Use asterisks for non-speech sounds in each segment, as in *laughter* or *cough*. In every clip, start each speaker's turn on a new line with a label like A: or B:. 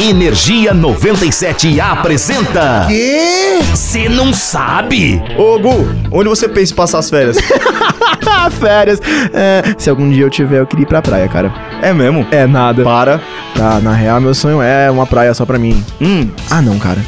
A: Energia 97 apresenta.
B: Quê?
A: Você não sabe?
B: Ô, Gu, onde você pensa em passar as férias?
C: *laughs* Ah, Férias. É, se algum dia eu tiver, eu queria ir pra praia, cara.
B: é mesmo?
C: É nada.
B: Para.
C: Tá, na real, meu sonho é uma praia só pra mim.
B: Hum,
C: Ah, não, cara.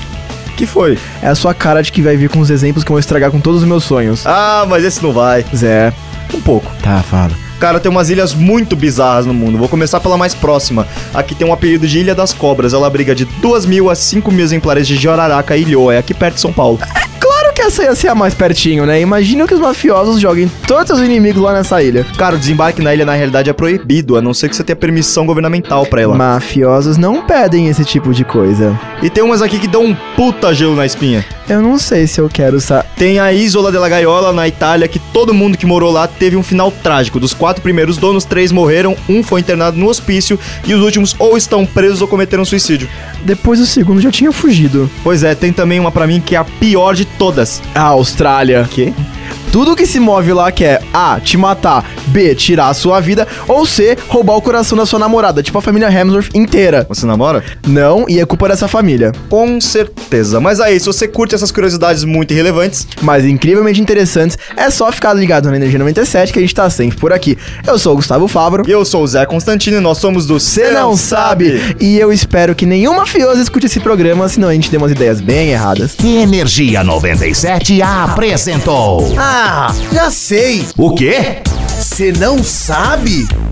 B: que foi?
C: É a sua cara de que vai vir com os exemplos que eu vou estragar com todos os meus sonhos.
B: Ah, mas esse não vai.
C: Zé.
B: Um pouco.
C: Tá, fala.
B: Cara, tem umas ilhas muito bizarras no mundo. Vou começar pela mais próxima. Aqui tem um apelido de Ilha das Cobras. Ela abriga de 2 mil a 5 mil exemplares de jararaca e ilhoa. É aqui perto de São Paulo.
C: Claro que essa ia ser a assim, mais pertinho, né? Imagina que os mafiosos joguem todos os inimigos lá nessa ilha.
B: Cara, o desembarque na ilha na realidade é proibido, a não ser que você tenha permissão governamental
C: É
B: pra ir lá.
C: Mafiosos não pedem esse tipo de coisa.
B: E tem umas aqui que dão um puta gelo na espinha.
C: Eu não sei se eu quero sa...
B: Tem a Isola della Gaiola, na Itália, que todo mundo que morou lá teve um final trágico. Dos quatro primeiros donos, três morreram, um foi internado no hospício e os últimos ou estão presos ou cometeram suicídio.
C: Depois do segundo já tinha fugido.
B: Pois é, tem também uma pra mim que é a pior de todas.
C: A Austrália.
B: Quê?
C: Tudo que se move lá quer A. Te matar. B. Tirar a sua vida. Ou C. Roubar o coração da sua namorada. Tipo a família Hemsworth inteira.
B: Você namora?
C: Não, e é culpa dessa família.
B: Com certeza. Mas aí, se você curte essas curiosidades muito irrelevantes,
C: Mas incrivelmente interessantes, é só ficar ligado na Energia 97 que a gente tá sempre por aqui. Eu sou o Gustavo Favro.
B: eu sou o Zé Constantino e nós somos do
C: Você não sabe! E eu espero que nenhum mafioso escute esse programa, senão a gente deu umas ideias bem erradas.
A: Energia 97 apresentou.
D: Ah, já sei.
A: O quê?
D: Você não sabe?